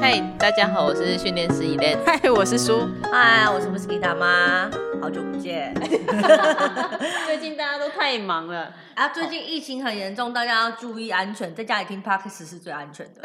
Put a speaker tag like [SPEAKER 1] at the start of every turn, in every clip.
[SPEAKER 1] 嗨，大家好，我是训练师 Elaine。
[SPEAKER 2] 嗨， 我是苏。
[SPEAKER 3] 嗨，我是 Whisky 大妈，好久不见。
[SPEAKER 2] 最近大家都太忙了，
[SPEAKER 3] 啊，最近疫情很严重，大家要注意安全，在家里听 podcast 是最安全的，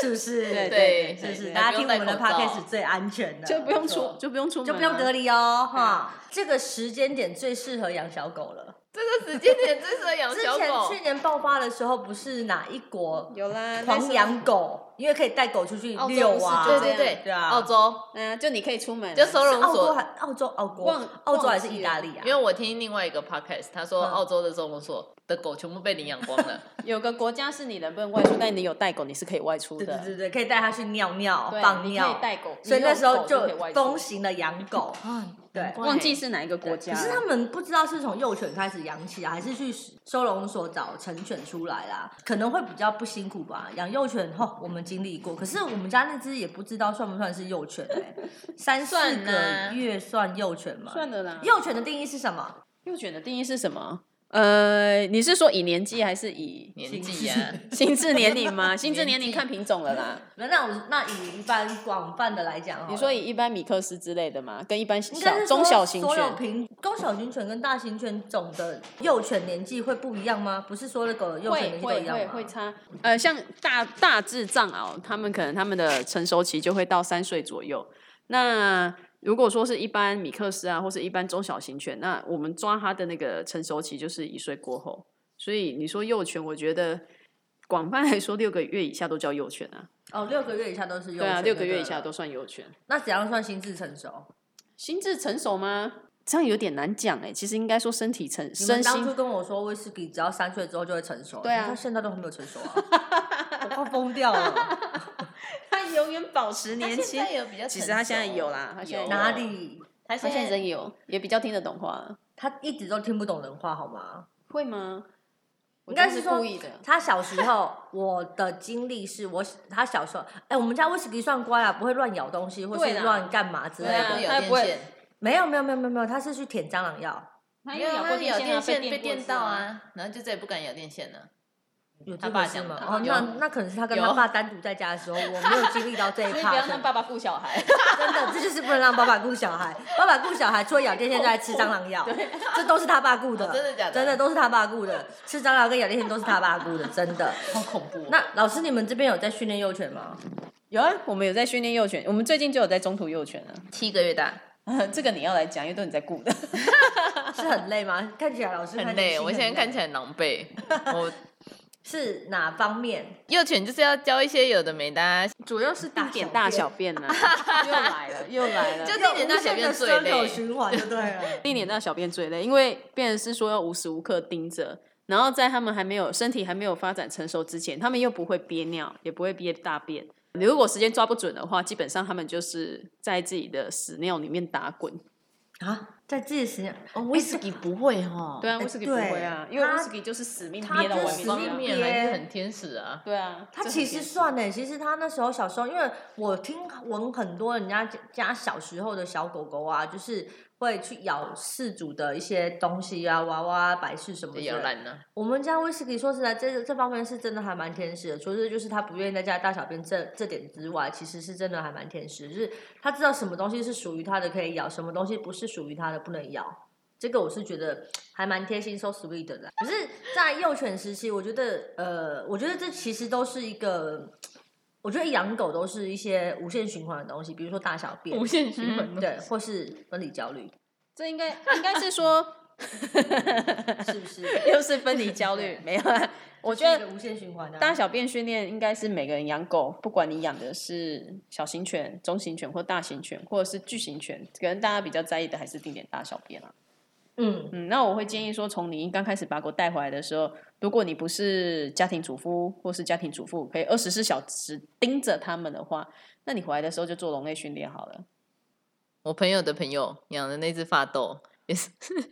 [SPEAKER 3] 是不是？
[SPEAKER 2] 对
[SPEAKER 1] 对
[SPEAKER 3] 是不是？
[SPEAKER 1] 对
[SPEAKER 3] 大家听我们的
[SPEAKER 1] 不用戴口罩
[SPEAKER 3] podcast 最安全的，
[SPEAKER 2] 就不用出
[SPEAKER 3] 没，错
[SPEAKER 2] 就不用出门，啊
[SPEAKER 3] 就不用隔。离哦，哈。这个时间点最适合养小狗了。
[SPEAKER 1] 这个时间点最适合养
[SPEAKER 3] 之
[SPEAKER 1] 小
[SPEAKER 3] 前
[SPEAKER 1] 狗
[SPEAKER 3] 去。年爆发的时候，不是哪一国
[SPEAKER 2] 有啦，那时
[SPEAKER 3] 狂
[SPEAKER 2] 候。
[SPEAKER 3] 养狗，因为可以带狗出去
[SPEAKER 2] 澳洲
[SPEAKER 3] 遛啊，
[SPEAKER 2] 不是
[SPEAKER 1] 对对
[SPEAKER 2] 就这
[SPEAKER 1] 对啊
[SPEAKER 2] 样，
[SPEAKER 3] 对啊
[SPEAKER 1] 澳洲
[SPEAKER 2] 嗯，就你可以出门，
[SPEAKER 1] 就收容
[SPEAKER 3] 澳洲
[SPEAKER 1] 所
[SPEAKER 3] 还澳洲澳国
[SPEAKER 2] 忘
[SPEAKER 3] 澳洲还是
[SPEAKER 2] 忘记
[SPEAKER 3] 意大利啊？
[SPEAKER 1] 因为我听另外一个 podcast，他说
[SPEAKER 3] 嗯
[SPEAKER 1] 澳洲的收容所的狗全部被领养光 了。
[SPEAKER 2] 有个国家是你人不能外出，但你有带狗，你是可以外出
[SPEAKER 3] 对
[SPEAKER 2] 的。
[SPEAKER 3] 对对对，可以带它去尿尿、
[SPEAKER 2] 对
[SPEAKER 3] 放
[SPEAKER 2] 你可以
[SPEAKER 3] 尿，
[SPEAKER 2] 带狗，
[SPEAKER 3] 所以
[SPEAKER 2] 你有
[SPEAKER 3] 那时候
[SPEAKER 2] 狗就
[SPEAKER 3] 就
[SPEAKER 2] 可以外出
[SPEAKER 3] 风行了养 狗。对。
[SPEAKER 2] 忘记是哪一个国家
[SPEAKER 3] 可
[SPEAKER 2] 了。
[SPEAKER 3] 是他们不知道是从幼犬开始养起来，啊还是去收容所找成犬出来啦，可能会比较不辛苦吧。养幼犬吼、我们经历过，可是我们家那只也不知道算不算是幼犬、 欸、三四
[SPEAKER 1] 算啊
[SPEAKER 3] 个月算幼犬吗？
[SPEAKER 2] 算啊了啦。
[SPEAKER 3] 幼犬的定义是什么？
[SPEAKER 2] 幼犬的定义是什么？呃，你是说以年纪还是以
[SPEAKER 1] 年纪啊呀，
[SPEAKER 2] 心智 年龄吗？心智
[SPEAKER 1] 年
[SPEAKER 2] 年
[SPEAKER 1] 纪
[SPEAKER 2] 龄看品种了啦。
[SPEAKER 3] 那那我那以一般广泛的来讲好了，
[SPEAKER 2] 你说以一般米克斯之类的嘛，跟一般
[SPEAKER 3] 应该
[SPEAKER 2] 小
[SPEAKER 3] 是
[SPEAKER 2] 中
[SPEAKER 3] 说
[SPEAKER 2] 小型
[SPEAKER 3] 所有
[SPEAKER 2] 犬，
[SPEAKER 3] 品中小型犬跟大型犬种的幼犬年纪会不一样吗？不是说那个幼犬
[SPEAKER 2] 会
[SPEAKER 3] 年纪都
[SPEAKER 2] 会
[SPEAKER 3] 一样
[SPEAKER 2] 会
[SPEAKER 3] 吗？
[SPEAKER 2] 会差。呃，像大大致藏獒，他们可能他们的成熟期就会到三岁左右。那如果说是一般米克斯啊，或是一般中小型犬，那我们抓它的那个成熟期就是一岁过后。所以你说幼犬，我觉得广泛来说，六个月以下都叫幼犬啊。
[SPEAKER 3] 哦，六个月以下都是幼犬，
[SPEAKER 2] 对啊，六个月以下
[SPEAKER 3] 对
[SPEAKER 2] 都算幼犬。
[SPEAKER 3] 那怎样算心智成熟？
[SPEAKER 2] 心智成熟吗？这样有点难讲哎、其实应该说身体成
[SPEAKER 3] 你
[SPEAKER 2] 身
[SPEAKER 3] 们当
[SPEAKER 2] 心
[SPEAKER 3] 初跟我说威士忌只要三岁之后就会成熟，
[SPEAKER 2] 对啊
[SPEAKER 3] 你到现在都还没有成熟 啊，我快疯掉了。
[SPEAKER 2] 他永远保持年轻。
[SPEAKER 1] 有比较
[SPEAKER 2] 其实他现在有啦他现在有
[SPEAKER 3] 哪？里？
[SPEAKER 1] 他
[SPEAKER 2] 他
[SPEAKER 1] 现
[SPEAKER 2] 现在
[SPEAKER 1] 在
[SPEAKER 2] 人有，也比较听得懂话，
[SPEAKER 3] 他一直都听不懂人话，好吗？
[SPEAKER 2] 会吗？我
[SPEAKER 3] 应该
[SPEAKER 2] 真
[SPEAKER 3] 是
[SPEAKER 2] 是
[SPEAKER 3] 说
[SPEAKER 2] 故意的。
[SPEAKER 3] 他小时候，我的经历是我他小时候，哎、我们家威士忌算乖啊，不会乱咬东西或
[SPEAKER 2] 对
[SPEAKER 3] 是
[SPEAKER 2] 啦
[SPEAKER 3] 乱干嘛之类
[SPEAKER 2] 对
[SPEAKER 3] 的
[SPEAKER 2] 啊。
[SPEAKER 1] 有
[SPEAKER 2] 他
[SPEAKER 1] 电
[SPEAKER 2] 不会
[SPEAKER 1] 线，
[SPEAKER 3] 没有没有没有没有没有，他是去舔蟑螂药，
[SPEAKER 2] 他
[SPEAKER 1] 因为他有电线啊被电到
[SPEAKER 2] 啊。
[SPEAKER 1] 啊，然后就再也不敢咬电线了。
[SPEAKER 3] 有这
[SPEAKER 1] 他爸
[SPEAKER 3] 回事
[SPEAKER 1] 讲
[SPEAKER 3] 吗？
[SPEAKER 1] 的
[SPEAKER 3] 哦，
[SPEAKER 1] 有
[SPEAKER 3] 那那可能是他跟他
[SPEAKER 1] 有
[SPEAKER 3] 爸单独在家的时候，我没有经历 到这一
[SPEAKER 2] 所以不
[SPEAKER 3] 趴
[SPEAKER 2] 要。让爸爸顾小孩，
[SPEAKER 3] 真的，这就是不能让爸爸顾小孩。爸爸顾小孩，除了咬电线，就爱吃蟑 螂药，这都是他爸顾的。
[SPEAKER 1] 哦真的假的
[SPEAKER 3] 真的都是他爸顾的，吃蟑螂跟咬电线都是他爸顾的，真的。
[SPEAKER 1] 好恐 怖哦！
[SPEAKER 3] 那老师，你们这边有在训练幼犬吗？
[SPEAKER 2] 有啊，我们有在训练幼犬，我们最近就有在中途幼犬啊。
[SPEAKER 1] 七个月大，
[SPEAKER 2] 这个你要来讲，因为都你在顾的。
[SPEAKER 3] 是很累吗？看起来老师
[SPEAKER 1] 很累。我现在看起
[SPEAKER 3] 来
[SPEAKER 1] 来很狼狈。我
[SPEAKER 3] 是哪方面？
[SPEAKER 1] 幼犬就是要教一些有的没的啊，
[SPEAKER 3] 主要是大
[SPEAKER 2] 点大小便 呢、啊，又来了，又来 了。
[SPEAKER 1] 就
[SPEAKER 3] 有
[SPEAKER 1] 地点大小便最
[SPEAKER 3] 无限的
[SPEAKER 1] 累
[SPEAKER 3] 生有循环就对 了。
[SPEAKER 2] 地脸到小便最累，因为病人是说要无时无刻盯着，然后在他们还没有身体还没有发展成熟之前，他们又不会憋尿，也不会憋大便。你如果时间抓不准的话，基本上他们就是在自己的屎尿里面打滚。
[SPEAKER 3] 啊，在自己时间，哦，
[SPEAKER 1] 威士忌不会哈，
[SPEAKER 2] 对啊，
[SPEAKER 3] 哎
[SPEAKER 2] 威士忌不会啊，因为
[SPEAKER 3] 他
[SPEAKER 2] 威士忌就是死命
[SPEAKER 3] 他
[SPEAKER 2] 憋到
[SPEAKER 3] 就
[SPEAKER 2] 外
[SPEAKER 3] 死
[SPEAKER 2] 面
[SPEAKER 1] 方
[SPEAKER 3] 命
[SPEAKER 2] 去
[SPEAKER 1] 便
[SPEAKER 2] 啊。
[SPEAKER 1] 面还是很天使啊。
[SPEAKER 2] 对啊，
[SPEAKER 3] 他
[SPEAKER 2] 这
[SPEAKER 3] 其
[SPEAKER 2] 很
[SPEAKER 3] 实
[SPEAKER 2] 严重
[SPEAKER 3] 算呢，欸其实他那时候小时候，因为我听闻很多人家家小时候的小狗狗啊，就是会去咬饲主的一些东西啊，娃娃、摆饰什么
[SPEAKER 1] 就
[SPEAKER 3] 的。
[SPEAKER 1] 咬烂了，
[SPEAKER 3] 我们家威士忌说实在，这这方面是真的还蛮天使的。除了就是他不愿意在家大小便这这点之外，其实是真的还蛮天使，就是他知道什么东西是属于他的可以咬，什么东西不是属于他的不能咬。这个我是觉得还蛮贴心，so sweet 的啦。可是，在幼犬时期，我觉得呃，我觉得这其实都是一个，我觉得养狗都是一些无限循环的东西，比如说大小便，
[SPEAKER 1] 无限循环。哦
[SPEAKER 3] 对，或是分离焦虑，
[SPEAKER 2] 这应该应该是 说
[SPEAKER 3] 是不是？
[SPEAKER 2] 又是分离焦虑，没有啊 啦。我觉
[SPEAKER 3] 是一
[SPEAKER 2] 得
[SPEAKER 3] 个无限循环的、啊
[SPEAKER 2] 大小便训练应该是每个人养狗，不管你养的是小型犬、中型犬或大型犬，或者是巨型犬，可能大家比较在意的还是定点大小便啊。
[SPEAKER 3] 嗯，
[SPEAKER 2] 嗯，那我会建议说，从你刚开始把狗带回来的时候，如果你不是家庭主夫或是家庭主妇，可以二十四小时盯着它们的话，那你回来的时候就做笼类训练好了。
[SPEAKER 1] 我朋友的朋友养的那只发豆也是，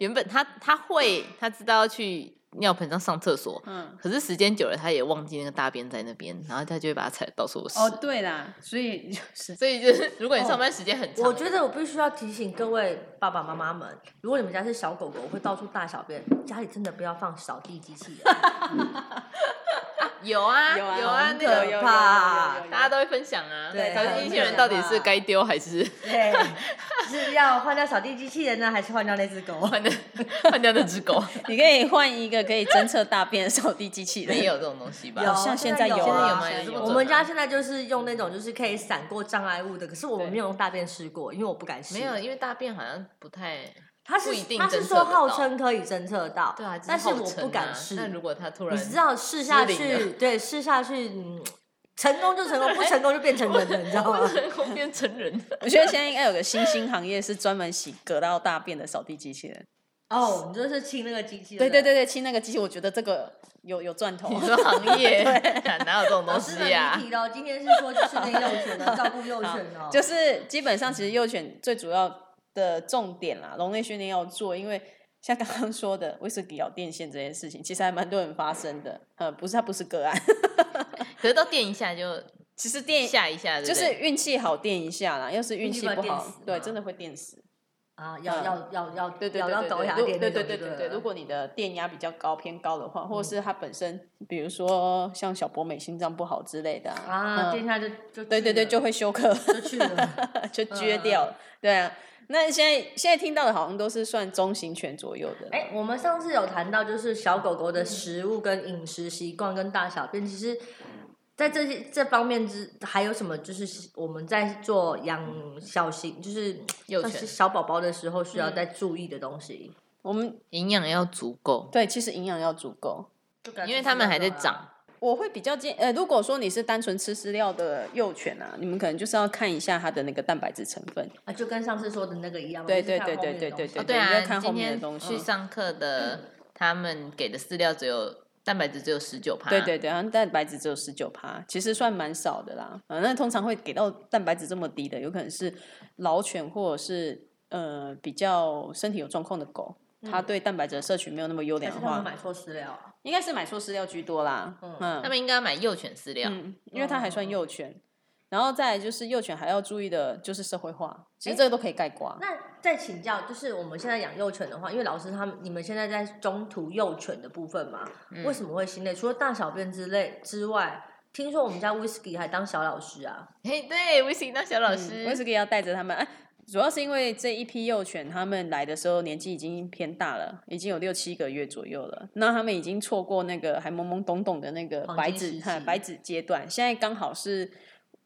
[SPEAKER 1] 原本他他会他知道要去尿盆上上厕所，
[SPEAKER 2] 嗯，
[SPEAKER 1] 可是时间久了他也忘记那个大便在那边，然后他就会把它踩得到处是。
[SPEAKER 2] 哦，对啦，所 以就是
[SPEAKER 1] 所以就是如果你上班时间很长，
[SPEAKER 3] 我觉得我必须要提醒各位爸爸妈妈们，如果你们家是小狗狗会到处大小便，家里真的不要放扫地机器人。
[SPEAKER 1] 有啊
[SPEAKER 4] 有啊
[SPEAKER 1] 有啊，
[SPEAKER 3] 很
[SPEAKER 1] 那
[SPEAKER 3] 可
[SPEAKER 1] 个
[SPEAKER 3] 怕
[SPEAKER 4] 有有有有有
[SPEAKER 1] 大家都会分享啊。
[SPEAKER 3] 对
[SPEAKER 1] 扫地
[SPEAKER 3] 很
[SPEAKER 1] 机器
[SPEAKER 3] 可
[SPEAKER 1] 人到底是
[SPEAKER 3] 怕
[SPEAKER 1] 该丢还是
[SPEAKER 3] 对，是要换掉扫地机器人呢，还是换掉那只狗？
[SPEAKER 1] 换掉换掉那只 狗？
[SPEAKER 2] 你可以换一个可以侦测大便的扫地机器人
[SPEAKER 1] 也。有这种东西吧？
[SPEAKER 2] 好像现
[SPEAKER 3] 现
[SPEAKER 2] 在
[SPEAKER 3] 有
[SPEAKER 2] 有
[SPEAKER 3] 啊
[SPEAKER 2] 啊
[SPEAKER 1] 现在有吗
[SPEAKER 2] 现在
[SPEAKER 1] 有这么
[SPEAKER 3] 我
[SPEAKER 1] 准
[SPEAKER 3] 们
[SPEAKER 1] 啊
[SPEAKER 3] 家现在就是用那种就是可以闪过障碍物的，可是我们
[SPEAKER 4] 对
[SPEAKER 3] 没有用大便试过，因为我不敢试。
[SPEAKER 1] 没有，，因为大便好像不太
[SPEAKER 3] 他是
[SPEAKER 1] 不一定
[SPEAKER 3] 他是
[SPEAKER 1] 侦测
[SPEAKER 3] 说
[SPEAKER 1] 得
[SPEAKER 3] 号
[SPEAKER 1] 到
[SPEAKER 3] 称可以侦测到，
[SPEAKER 1] 对啊，只
[SPEAKER 3] 但是
[SPEAKER 1] 号
[SPEAKER 3] 我
[SPEAKER 1] 称
[SPEAKER 3] 不敢
[SPEAKER 1] 啊
[SPEAKER 3] 试。
[SPEAKER 1] 那如果他突然
[SPEAKER 3] 你知道试下
[SPEAKER 1] 失灵
[SPEAKER 3] 去，对，试下去，嗯，成功就成功，不成功就变成人了，你 知道吗？
[SPEAKER 1] 后变成人，
[SPEAKER 2] 我觉得现在应该有个新兴行业是专门洗隔到大便的扫地 机器人。
[SPEAKER 3] 哦，你就是亲那个机器，
[SPEAKER 2] 对对对对，亲那个机器，我觉得这个有有赚头
[SPEAKER 1] 你。说行业哪哪有这种
[SPEAKER 2] 哦
[SPEAKER 3] 不对。老
[SPEAKER 1] 东
[SPEAKER 3] 师的
[SPEAKER 1] 西呀
[SPEAKER 3] 离？题了，今天是说就是那幼犬的照顾幼犬 哦，
[SPEAKER 2] 就是基本上，其实幼犬最主要的重点啦，笼内训练要做，因为像刚刚说的威士忌咬电线这件事情，其实还蛮多人发生的。呃，不是，它不是个案，
[SPEAKER 1] 可是到电一下就
[SPEAKER 2] 其实电
[SPEAKER 1] 吓一下，对
[SPEAKER 2] 就
[SPEAKER 1] 不
[SPEAKER 2] 是
[SPEAKER 1] 对
[SPEAKER 2] 运气好电一下啦，要是运
[SPEAKER 3] 运气
[SPEAKER 2] 气
[SPEAKER 3] 不
[SPEAKER 2] 不
[SPEAKER 3] 好电
[SPEAKER 2] 好
[SPEAKER 3] 死，
[SPEAKER 2] 对，
[SPEAKER 1] 嘛
[SPEAKER 2] 真的会电死。
[SPEAKER 3] 啊，要要要要
[SPEAKER 2] 对对
[SPEAKER 3] 要
[SPEAKER 2] 对
[SPEAKER 3] 要
[SPEAKER 2] 对
[SPEAKER 3] 狗牙
[SPEAKER 2] 对
[SPEAKER 3] 垫那
[SPEAKER 2] 对
[SPEAKER 3] 种就
[SPEAKER 2] 对
[SPEAKER 3] 对
[SPEAKER 2] 对对对，
[SPEAKER 3] 了嗯
[SPEAKER 2] 如果你的电压比较高偏高的话，或者是它本身，比如说像小博美心脏不好之类的
[SPEAKER 3] 啊，
[SPEAKER 2] 嗯
[SPEAKER 3] 垫下就就嗯
[SPEAKER 2] 对对对，就
[SPEAKER 3] 去
[SPEAKER 2] 会休克，
[SPEAKER 3] 了就去了，
[SPEAKER 2] 就撅掉了。对啊，那现在现在听到的好像都是算中型犬左右的。
[SPEAKER 3] 哎、我们上次有谈到，就是小狗狗的食物跟饮食习惯跟大小便，其实，在这些这方面之还有什么？就是我们在做养小型，就是
[SPEAKER 1] 幼
[SPEAKER 3] 像
[SPEAKER 1] 犬
[SPEAKER 3] 是小宝宝的时候需要再注意的东西，
[SPEAKER 2] 我们
[SPEAKER 1] 营养要足够，
[SPEAKER 2] 对其实营养要足够。
[SPEAKER 1] 因为他们还在长。。
[SPEAKER 2] 我会比较建呃，如果说你是单纯吃饲料的幼犬啊，你们可能就是要看一下它的那个蛋白质成分。
[SPEAKER 3] 啊，就跟上次说的那个一样嘛，
[SPEAKER 2] 对
[SPEAKER 3] 就是看
[SPEAKER 2] 对对
[SPEAKER 3] 后面
[SPEAKER 2] 对对
[SPEAKER 3] 的东西
[SPEAKER 1] 哦，
[SPEAKER 2] 对
[SPEAKER 1] 对
[SPEAKER 2] 你
[SPEAKER 1] 啊
[SPEAKER 2] 要，看后
[SPEAKER 1] 今
[SPEAKER 2] 面的
[SPEAKER 1] 天
[SPEAKER 2] 东西
[SPEAKER 1] 去
[SPEAKER 2] 嗯
[SPEAKER 1] 上课的，他们给的饲料只有蛋白质只有十九帕，
[SPEAKER 2] 对对对，然后蛋白质只有十九趴，其实算蛮少的啦。嗯、那通常会给到蛋白质这么低的，有可能是老犬或者是呃比较身体有状况的狗，它对蛋白质的摄取没有那么优
[SPEAKER 3] 嗯还
[SPEAKER 2] 良
[SPEAKER 3] 是
[SPEAKER 2] 的
[SPEAKER 3] 他
[SPEAKER 2] 话，
[SPEAKER 3] 们买错饲料啊，
[SPEAKER 2] 应该是买错饲料居多啦。
[SPEAKER 3] 嗯
[SPEAKER 1] 他
[SPEAKER 2] 嗯
[SPEAKER 1] 们应该要买幼犬饲料。
[SPEAKER 2] 嗯，因为它还
[SPEAKER 3] 哦
[SPEAKER 2] 算幼犬，然后再来就是幼犬还要注意的就是社会化，其实这个都可以概括。
[SPEAKER 3] 那再请教，就是我们现在养幼犬的话，因为老师他们你们现在在中途幼犬的部分嘛，
[SPEAKER 1] 嗯
[SPEAKER 3] 为什么会心累？除了大小便之类之外，听说我们家 Whisky 还当小老师啊？
[SPEAKER 1] 嘿，对，维西当小老师，
[SPEAKER 2] 嗯我也是给要带着他们。哎、主要是因为这一批幼犬，他们来的时候年纪已经偏大了，已经有六七个月左右了。那他们已经错过那个还懵懵懂懂的那个
[SPEAKER 3] 黄
[SPEAKER 2] 白
[SPEAKER 3] 金
[SPEAKER 2] 纸
[SPEAKER 3] 时
[SPEAKER 2] 哈
[SPEAKER 3] 期
[SPEAKER 2] 白纸阶段，现在刚好是。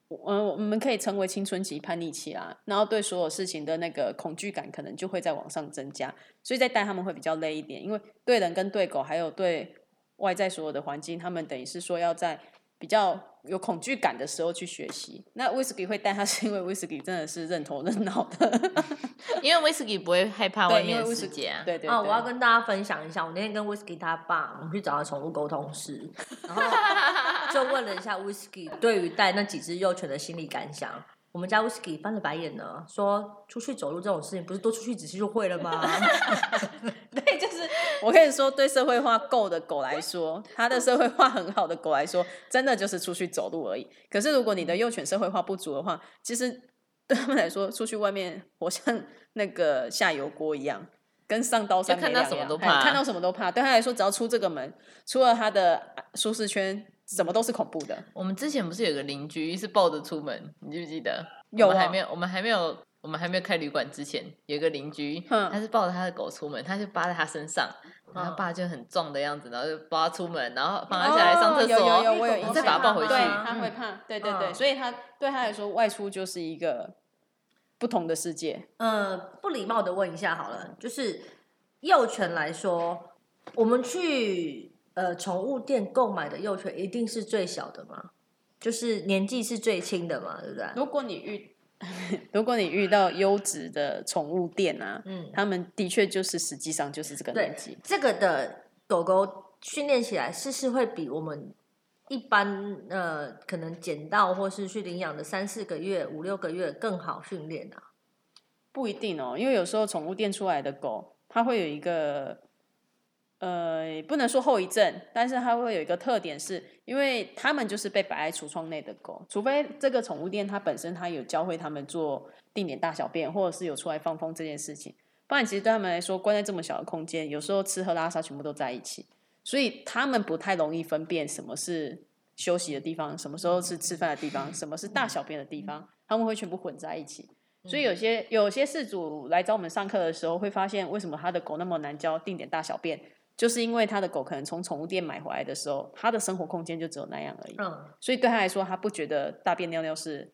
[SPEAKER 2] 嗯，我们可以称为青春期叛逆期啦，然后对所有事情的那个恐惧感可能就会在往上增加，所以再带他们会比较累一点，因为对人跟对狗，还有对外在所有的环境，他们等于是说要在比较有恐惧感的时候去学习。那 Whisky 会带他，是因为 Whisky 真的是认头认脑的，
[SPEAKER 1] 因为威士忌不会害怕外
[SPEAKER 2] 对，因
[SPEAKER 1] 面
[SPEAKER 2] 为
[SPEAKER 1] 的
[SPEAKER 2] Whisky
[SPEAKER 1] 世界 啊。
[SPEAKER 2] 对对对，
[SPEAKER 3] 啊，我要跟大家分享一下，我那天跟 Whisky 他爸，我们去找他宠物沟通师，然后就问了一下 Whisky 对于带那几只幼犬的心理感想。我们家 Whisky 翻了白眼呢，说出去走路这种事情，不是多出去几次就会了吗？
[SPEAKER 2] 对，就是我跟你说，对社会化够的狗来说，它的社会化很好的狗来说，真的就是出去走路而已。可是如果你
[SPEAKER 1] 嗯
[SPEAKER 2] 的幼犬社会化不足的话，其实对他们来说，出去外面活像那个下油锅一样。跟上刀山
[SPEAKER 1] 就看
[SPEAKER 2] 没
[SPEAKER 1] 到
[SPEAKER 2] 两
[SPEAKER 1] 什么
[SPEAKER 2] 样
[SPEAKER 1] 都
[SPEAKER 2] 哎
[SPEAKER 1] 怕
[SPEAKER 2] 看到什么都怕。对他来说，只要出这个门，除了他的舒适圈，什么都是恐怖的。
[SPEAKER 1] 我们之前不是有个邻居是抱着出门，你记不记得？
[SPEAKER 2] 有
[SPEAKER 1] 我们还
[SPEAKER 2] 哦
[SPEAKER 1] 没有，我们还没有，我们还没有开旅馆之前，有一个邻居，
[SPEAKER 2] 嗯
[SPEAKER 1] 他是抱着他的狗出门，他就扒在他身上，然后他爸就很壮的样子，然后就抱他出门，然后放他下来上厕所，
[SPEAKER 2] 哦有有有，
[SPEAKER 3] 因为
[SPEAKER 2] 我有
[SPEAKER 3] 狗
[SPEAKER 2] 印象，
[SPEAKER 3] 狗
[SPEAKER 1] 再把它抱回去
[SPEAKER 2] 对啊
[SPEAKER 1] 嗯
[SPEAKER 2] 他会怕，对对对，
[SPEAKER 3] 嗯
[SPEAKER 2] 所以他对他来说，外出就是一个不同的世界。
[SPEAKER 3] 呃，不礼貌的问一下好了，就是幼犬来说，我们去呃宠物店购买的幼犬一定是最小的吗？就是年纪是最轻的嘛，对不对？
[SPEAKER 2] 如果你遇， 如果你遇到优质的宠物店啊，
[SPEAKER 3] 嗯，
[SPEAKER 2] 他们的确就是实际上就是这个
[SPEAKER 3] 对
[SPEAKER 2] 年纪，，
[SPEAKER 3] 这个的狗狗训练起来是是会比我们一般呃可能捡到或是去领养的三四个月、五六个月更好训练啊。
[SPEAKER 2] 不一定哦，因为有时候宠物店出来的狗，它会有一个。呃，不能说后遗症，但是它会有一个特点是，因为它们就是被摆在橱窗内的狗，除非这个宠物店它本身它有教会它们做定点大小便，或者是有出来放风这件事情，不然其实对它们来说，关在这么小的空间，有时候吃喝拉撒全部都在一起，所以它们不太容易分辨什么是休息的地方，什么时候是吃饭的地方，什么是大小便的地方，他们会全部混在一起。所以
[SPEAKER 3] 嗯
[SPEAKER 2] 有些有些事主来找我们上课的时候，会发现为什么他的狗那么难教定点大小便，就是因为他的狗可能从宠物店买回来的时候，他的生活空间就只有那样而已，
[SPEAKER 3] 嗯，
[SPEAKER 2] 所以对他来说，他不觉得大便尿尿是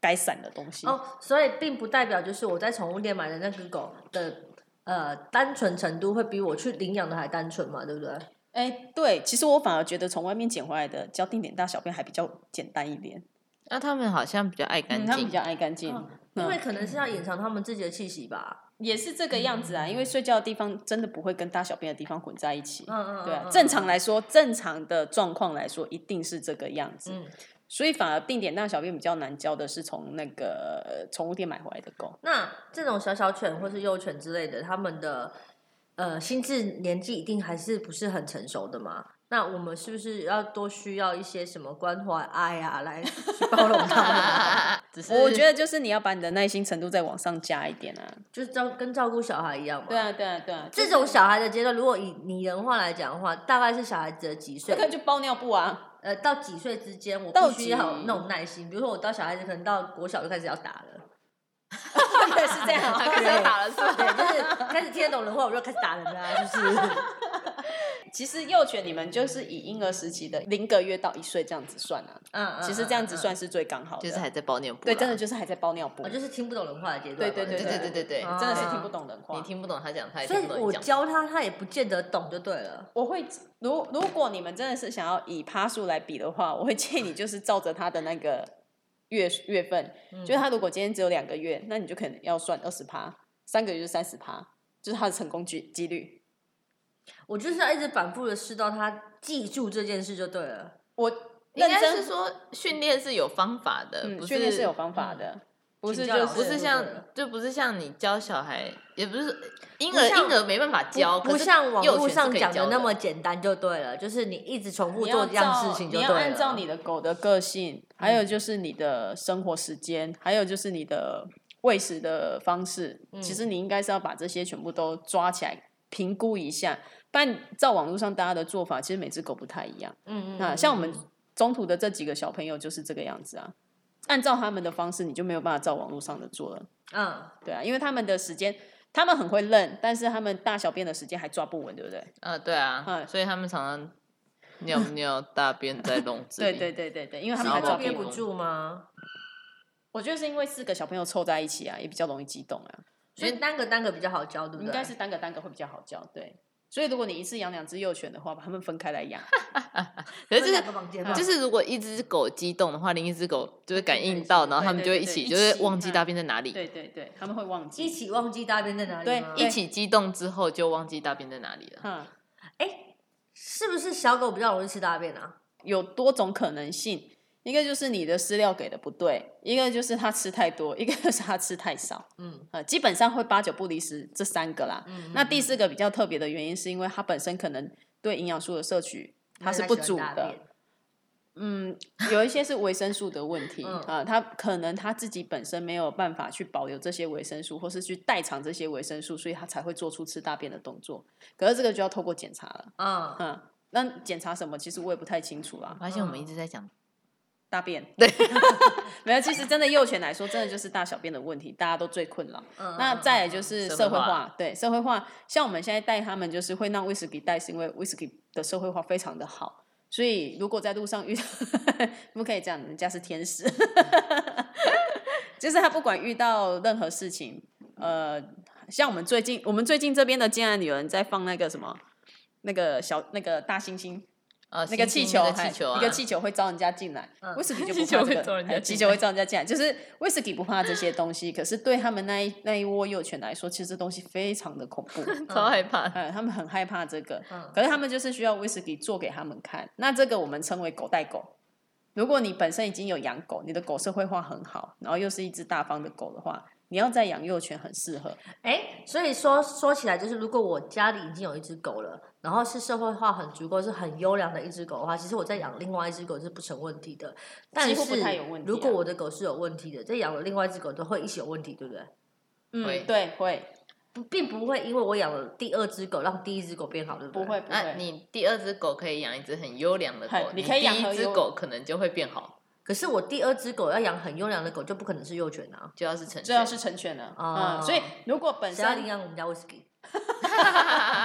[SPEAKER 2] 该散的东西。
[SPEAKER 3] 哦，所以并不代表就是我在宠物店买的那只狗的呃单纯程度会比我去领养的还单纯嘛，对不对？
[SPEAKER 2] 哎、对，其实我反而觉得从外面捡回来的教定点大小便还比较简单一点，
[SPEAKER 1] 那他们好像比较爱干
[SPEAKER 2] 嗯他们
[SPEAKER 1] 净
[SPEAKER 2] 比，较爱干净。
[SPEAKER 3] 哦因
[SPEAKER 2] 嗯
[SPEAKER 3] 为可能是要隐藏他们自己的气息吧。
[SPEAKER 2] 也是这个样子啊，因为睡觉的地方真的不会跟大小便的地方混在一起。
[SPEAKER 3] 嗯嗯，嗯
[SPEAKER 2] 对啊
[SPEAKER 3] 嗯，
[SPEAKER 2] 正常来说，正常的状况来说，一定是这个样子。
[SPEAKER 3] 嗯，
[SPEAKER 2] 所以反而定点大小便比较难教的是从那个呃宠物店买回来的狗。
[SPEAKER 3] 那这种小小犬或是幼犬之类的，他们的呃心智年纪一定还是不是很成熟的嘛？那我们是不是要多需要一些什么关怀、爱啊，来去包容他们 啊？
[SPEAKER 1] 只是
[SPEAKER 2] 我觉得就是你要把你的耐心程度再往上加一点啊。
[SPEAKER 3] 就是照跟照顾小孩一样嘛。
[SPEAKER 2] 对啊，对啊，对啊，
[SPEAKER 3] 这种小孩的阶段，如果以拟人化来讲的话，大概是小孩子的几岁
[SPEAKER 2] 这？个就包尿布 啊。
[SPEAKER 3] 呃，到几岁之间，我
[SPEAKER 2] 到
[SPEAKER 3] 必须要有
[SPEAKER 2] 几
[SPEAKER 3] 那种耐心。比如说，我到小孩子可能到国小就开始要打了，
[SPEAKER 2] 对，是这样 啊。
[SPEAKER 1] 开始要打了是吧？
[SPEAKER 3] 对，就是 开始听得懂人话，我就开始打人啦、是不是？
[SPEAKER 2] 其实幼犬你们就是以婴儿时期的零个月到一岁这样子算啊，
[SPEAKER 3] 嗯，嗯
[SPEAKER 2] 其实这样子，
[SPEAKER 3] 嗯
[SPEAKER 2] 算是最刚好的。
[SPEAKER 1] 就是还在包尿布啦，
[SPEAKER 2] 对，真的就是还在包尿布
[SPEAKER 3] 嗯嗯我、，就是听不懂人话的阶段嘛。
[SPEAKER 2] 对
[SPEAKER 1] 对对对对对，
[SPEAKER 3] 啊
[SPEAKER 2] 真的是听不懂人话。
[SPEAKER 1] 你听不懂他讲，他也
[SPEAKER 3] 所
[SPEAKER 1] 听
[SPEAKER 3] 以
[SPEAKER 1] 不懂
[SPEAKER 3] 我
[SPEAKER 1] 你讲。
[SPEAKER 3] 教他，他也不见得懂，就对了。
[SPEAKER 2] 我会，如如果你们真的是想要以趴数来比的话，我会建议你就是照着他的那个月月份，就是他如果今天只有两个月，那你就可能要算二十趴，三个月就三十趴，就是他的成功几几率。
[SPEAKER 3] 我就是要一直反复的试到他记住这件事就对了。
[SPEAKER 2] 我
[SPEAKER 1] 应
[SPEAKER 2] 认
[SPEAKER 1] 该是
[SPEAKER 2] 真，
[SPEAKER 1] 说训练是有方法的，
[SPEAKER 2] 嗯，
[SPEAKER 1] 不
[SPEAKER 2] 训练是有方法的，不是
[SPEAKER 3] 请
[SPEAKER 2] 就
[SPEAKER 3] 教老
[SPEAKER 2] 是
[SPEAKER 3] 师
[SPEAKER 1] 不是像
[SPEAKER 3] 对对
[SPEAKER 1] 就不是像你教小孩，也不是婴
[SPEAKER 3] 不
[SPEAKER 1] 儿
[SPEAKER 3] 像
[SPEAKER 1] 婴儿没办法教，
[SPEAKER 3] 不
[SPEAKER 1] 可
[SPEAKER 3] 不
[SPEAKER 1] 是
[SPEAKER 3] 像网
[SPEAKER 1] 幼
[SPEAKER 3] 络
[SPEAKER 1] 犬是
[SPEAKER 3] 上
[SPEAKER 1] 可以
[SPEAKER 3] 讲
[SPEAKER 1] 教
[SPEAKER 3] 的
[SPEAKER 1] 的
[SPEAKER 3] 那么简单就对了，就是你一直重复
[SPEAKER 2] 你要
[SPEAKER 3] 做这样
[SPEAKER 2] 照
[SPEAKER 3] 事情就
[SPEAKER 2] 你
[SPEAKER 3] 对
[SPEAKER 2] 要
[SPEAKER 3] 了。嗯
[SPEAKER 2] 按照你的狗的个性，还有就是你的生活时间，还有就是你的喂食的方式，其实你应该是要把这些全部都抓起来评估一下。不然照网络上大家的做法，其实每只狗不太一样。
[SPEAKER 3] 嗯嗯
[SPEAKER 2] 那像我们中途的这几个小朋友就是这个样子啊，按照他们的方式，你就没有办法照网络上的做了。
[SPEAKER 3] 嗯，
[SPEAKER 2] 对啊，因为他们的时间，他们很会认，但是他们大小便的时间还抓不稳，对不对？
[SPEAKER 1] 啊，对啊
[SPEAKER 2] 嗯，
[SPEAKER 1] 所以他们常常尿尿大便在笼子
[SPEAKER 2] 对
[SPEAKER 1] 里，
[SPEAKER 2] 对对对对，因为他
[SPEAKER 3] 是
[SPEAKER 1] 然
[SPEAKER 2] 们还
[SPEAKER 1] 后
[SPEAKER 3] 因
[SPEAKER 2] 抓
[SPEAKER 3] 为
[SPEAKER 2] 不
[SPEAKER 1] 我
[SPEAKER 2] 稳
[SPEAKER 3] 憋不住吗？
[SPEAKER 2] 我觉得是因为四个小朋友凑在一起啊，也比较容易激动啊，
[SPEAKER 3] 所以单个单个比较好教，对不对？
[SPEAKER 2] 应该是单个单个会比较好教，对。所以如果你一次养两只幼犬的话，把它们分开来养，
[SPEAKER 1] 可是就
[SPEAKER 3] 两
[SPEAKER 1] 是
[SPEAKER 3] 个房间
[SPEAKER 1] 就
[SPEAKER 3] 吧
[SPEAKER 1] 是如果一只狗激动的话，另一只狗就会感应到，然后他们就会一起
[SPEAKER 2] 对
[SPEAKER 1] 就
[SPEAKER 2] 对对对
[SPEAKER 1] 是忘记大便在哪里，
[SPEAKER 2] 对对对，他们会忘
[SPEAKER 3] 一
[SPEAKER 2] 记。
[SPEAKER 3] 起忘记大便在哪里吗？
[SPEAKER 2] 对
[SPEAKER 1] 一起激动之后就忘记大便在哪里了。
[SPEAKER 2] 嗯，
[SPEAKER 3] 哎，是不是小狗比较容易吃大便啊？
[SPEAKER 2] 有多种可能性，一个就是你的饲料给的不对，一个就是它吃太多，一个就是它吃太少，
[SPEAKER 3] 嗯
[SPEAKER 2] 呃，基本上会八九不离十这三个啦。
[SPEAKER 3] 嗯，
[SPEAKER 2] 那第四个比较特别的原因，是因为它本身可能对营养素的摄取它是不足的，嗯，有一些是维生素的问题
[SPEAKER 3] 嗯
[SPEAKER 2] 啊、他可能他自己本身没有办法去保留这些维生素，或是去代偿这些维生素，所以他才会做出吃大便的动作。可是这个就要透过检查了，
[SPEAKER 3] 嗯，
[SPEAKER 2] 嗯，那检查什么？其实我也不太清楚啦
[SPEAKER 1] 我。发现我们一直在讲
[SPEAKER 2] 大便对， 没有，其实真的幼犬来说，真的就是大小便的问题，大家都最困扰。
[SPEAKER 3] 嗯
[SPEAKER 2] 那再来就是
[SPEAKER 1] 社
[SPEAKER 2] 社
[SPEAKER 1] 会
[SPEAKER 2] 会
[SPEAKER 1] 化
[SPEAKER 2] 化，对社会化，像我们现在带他们，就是会让威士忌带，是因为威士忌的社会化非常的好，所以如果在路上遇到， 不可以这样，人家是天使， 就是他不管遇到任何事情，呃，像我们最近，我们最近这边的建案有人在放那个什么。那个小那个大猩猩，
[SPEAKER 1] 呃
[SPEAKER 2] 那个气球，
[SPEAKER 1] 气球啊，
[SPEAKER 2] 一个气球会招人家进来
[SPEAKER 3] 嗯，
[SPEAKER 2] 威士忌 就
[SPEAKER 1] 气
[SPEAKER 2] 不
[SPEAKER 1] 球
[SPEAKER 2] 怕
[SPEAKER 1] 会
[SPEAKER 2] 这
[SPEAKER 1] 招
[SPEAKER 2] 个
[SPEAKER 1] 人，家
[SPEAKER 2] 哎
[SPEAKER 1] 进
[SPEAKER 2] 气球
[SPEAKER 1] 来
[SPEAKER 2] 会招人家进来，就是威士忌不怕这些东西，可是对他们那一那一窝幼犬来说，其实这东西非常的 恐怖，
[SPEAKER 1] 超害怕的。
[SPEAKER 2] 呃，他们很害怕这个
[SPEAKER 3] 嗯，
[SPEAKER 2] 可是他们就是需要威士忌做给他们看，那这个我们称为狗带狗。如果你本身已经有养狗，你的狗社会化很好，然后又是一只大方的狗的话，你要再养幼犬很适合，
[SPEAKER 3] 哎，所以说说起来，就是如果我家里已经有一只狗了，然后是社会化很足够、是很优良的一只狗的话，其实我在养另外一只狗是不成问题的。但
[SPEAKER 2] 几
[SPEAKER 3] 是
[SPEAKER 2] 乎不太有问题啊
[SPEAKER 3] 如果我的狗是有问题的，再养了另外一只狗都会一起有问题，对不对？
[SPEAKER 2] 嗯
[SPEAKER 1] 会，
[SPEAKER 2] 对，会，
[SPEAKER 3] 不并不会因为我养了第二只狗让第一只狗变好，对不
[SPEAKER 4] 不
[SPEAKER 3] 对？
[SPEAKER 4] 会不
[SPEAKER 1] 那
[SPEAKER 4] 会，
[SPEAKER 1] 啊你第二只狗可以养一只很优良的狗，
[SPEAKER 4] 很你可以养
[SPEAKER 1] 第
[SPEAKER 4] 很
[SPEAKER 1] 一只
[SPEAKER 4] 优
[SPEAKER 1] 狗可能就会变好，
[SPEAKER 3] 可是我第二只狗要养很优良的狗，就不可能是幼犬啊。
[SPEAKER 1] 就要是成
[SPEAKER 4] 这样
[SPEAKER 1] 全。
[SPEAKER 4] 是成全了。
[SPEAKER 3] 哦
[SPEAKER 4] 嗯，所以如果本
[SPEAKER 3] 谁要
[SPEAKER 4] 身
[SPEAKER 3] 领养我们家 whisky？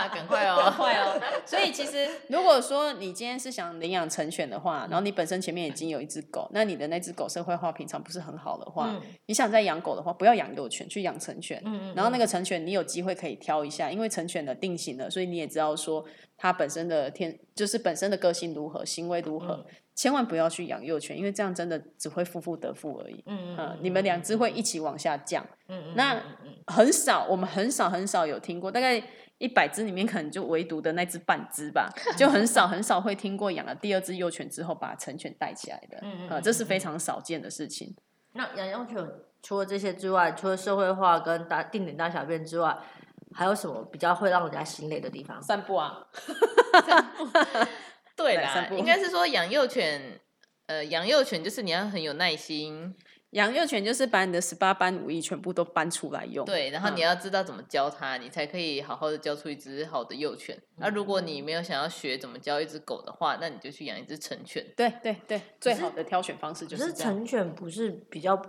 [SPEAKER 1] 赶快
[SPEAKER 4] 很
[SPEAKER 1] 哦，
[SPEAKER 4] 快哦。所以其实
[SPEAKER 2] 如果说你今天是想领养成犬的话，然后你本身前面已经有一只狗，那你的那只狗社会化平常不是很好的话，
[SPEAKER 3] 嗯
[SPEAKER 2] 你想再养狗的话，不要养幼犬，去养成犬。
[SPEAKER 3] 嗯嗯
[SPEAKER 2] 然后那个成犬，你有机会可以挑一下，因为成犬的定型了，所以你也知道说它本身的天，就是本身的个性如何，行为如何。
[SPEAKER 4] 嗯
[SPEAKER 2] 千万不要去养幼犬，因为这样真的只会负负得负而已。
[SPEAKER 3] 嗯
[SPEAKER 2] 呃，你们两只会一起往下降。
[SPEAKER 3] 嗯
[SPEAKER 2] 那
[SPEAKER 3] 嗯嗯嗯
[SPEAKER 2] 很少，我们很少很少有听过，大概一百只里面可能就唯独的那只半只 吧，就很少很少会听过养了第二只幼犬之后把成犬带起来的，
[SPEAKER 3] 嗯嗯
[SPEAKER 2] 呃，
[SPEAKER 3] 嗯
[SPEAKER 2] 这是非常少见的事情。
[SPEAKER 3] 那养幼犬除了这些之外，除了社会化跟大定点大小便之外，还有什么比较会让人家心累的地方？
[SPEAKER 4] 散步啊，
[SPEAKER 1] 对
[SPEAKER 2] 对
[SPEAKER 1] 啦
[SPEAKER 2] 散，步
[SPEAKER 1] 应该是说养幼犬，呃，养幼犬就是你要很有耐心，
[SPEAKER 2] 养幼犬就是把你的十八般武艺全部都搬出来用，
[SPEAKER 1] 对，然后
[SPEAKER 2] 嗯
[SPEAKER 1] 你要知道怎么教它，你才可以好好的教出一只好的幼犬。那、如果你没有想要学怎么教一只狗的话，那你就去养一只成犬。
[SPEAKER 2] 对对对，最好的挑选方式就
[SPEAKER 3] 可
[SPEAKER 2] 是
[SPEAKER 3] 是
[SPEAKER 2] 这样。
[SPEAKER 3] 成犬不是比较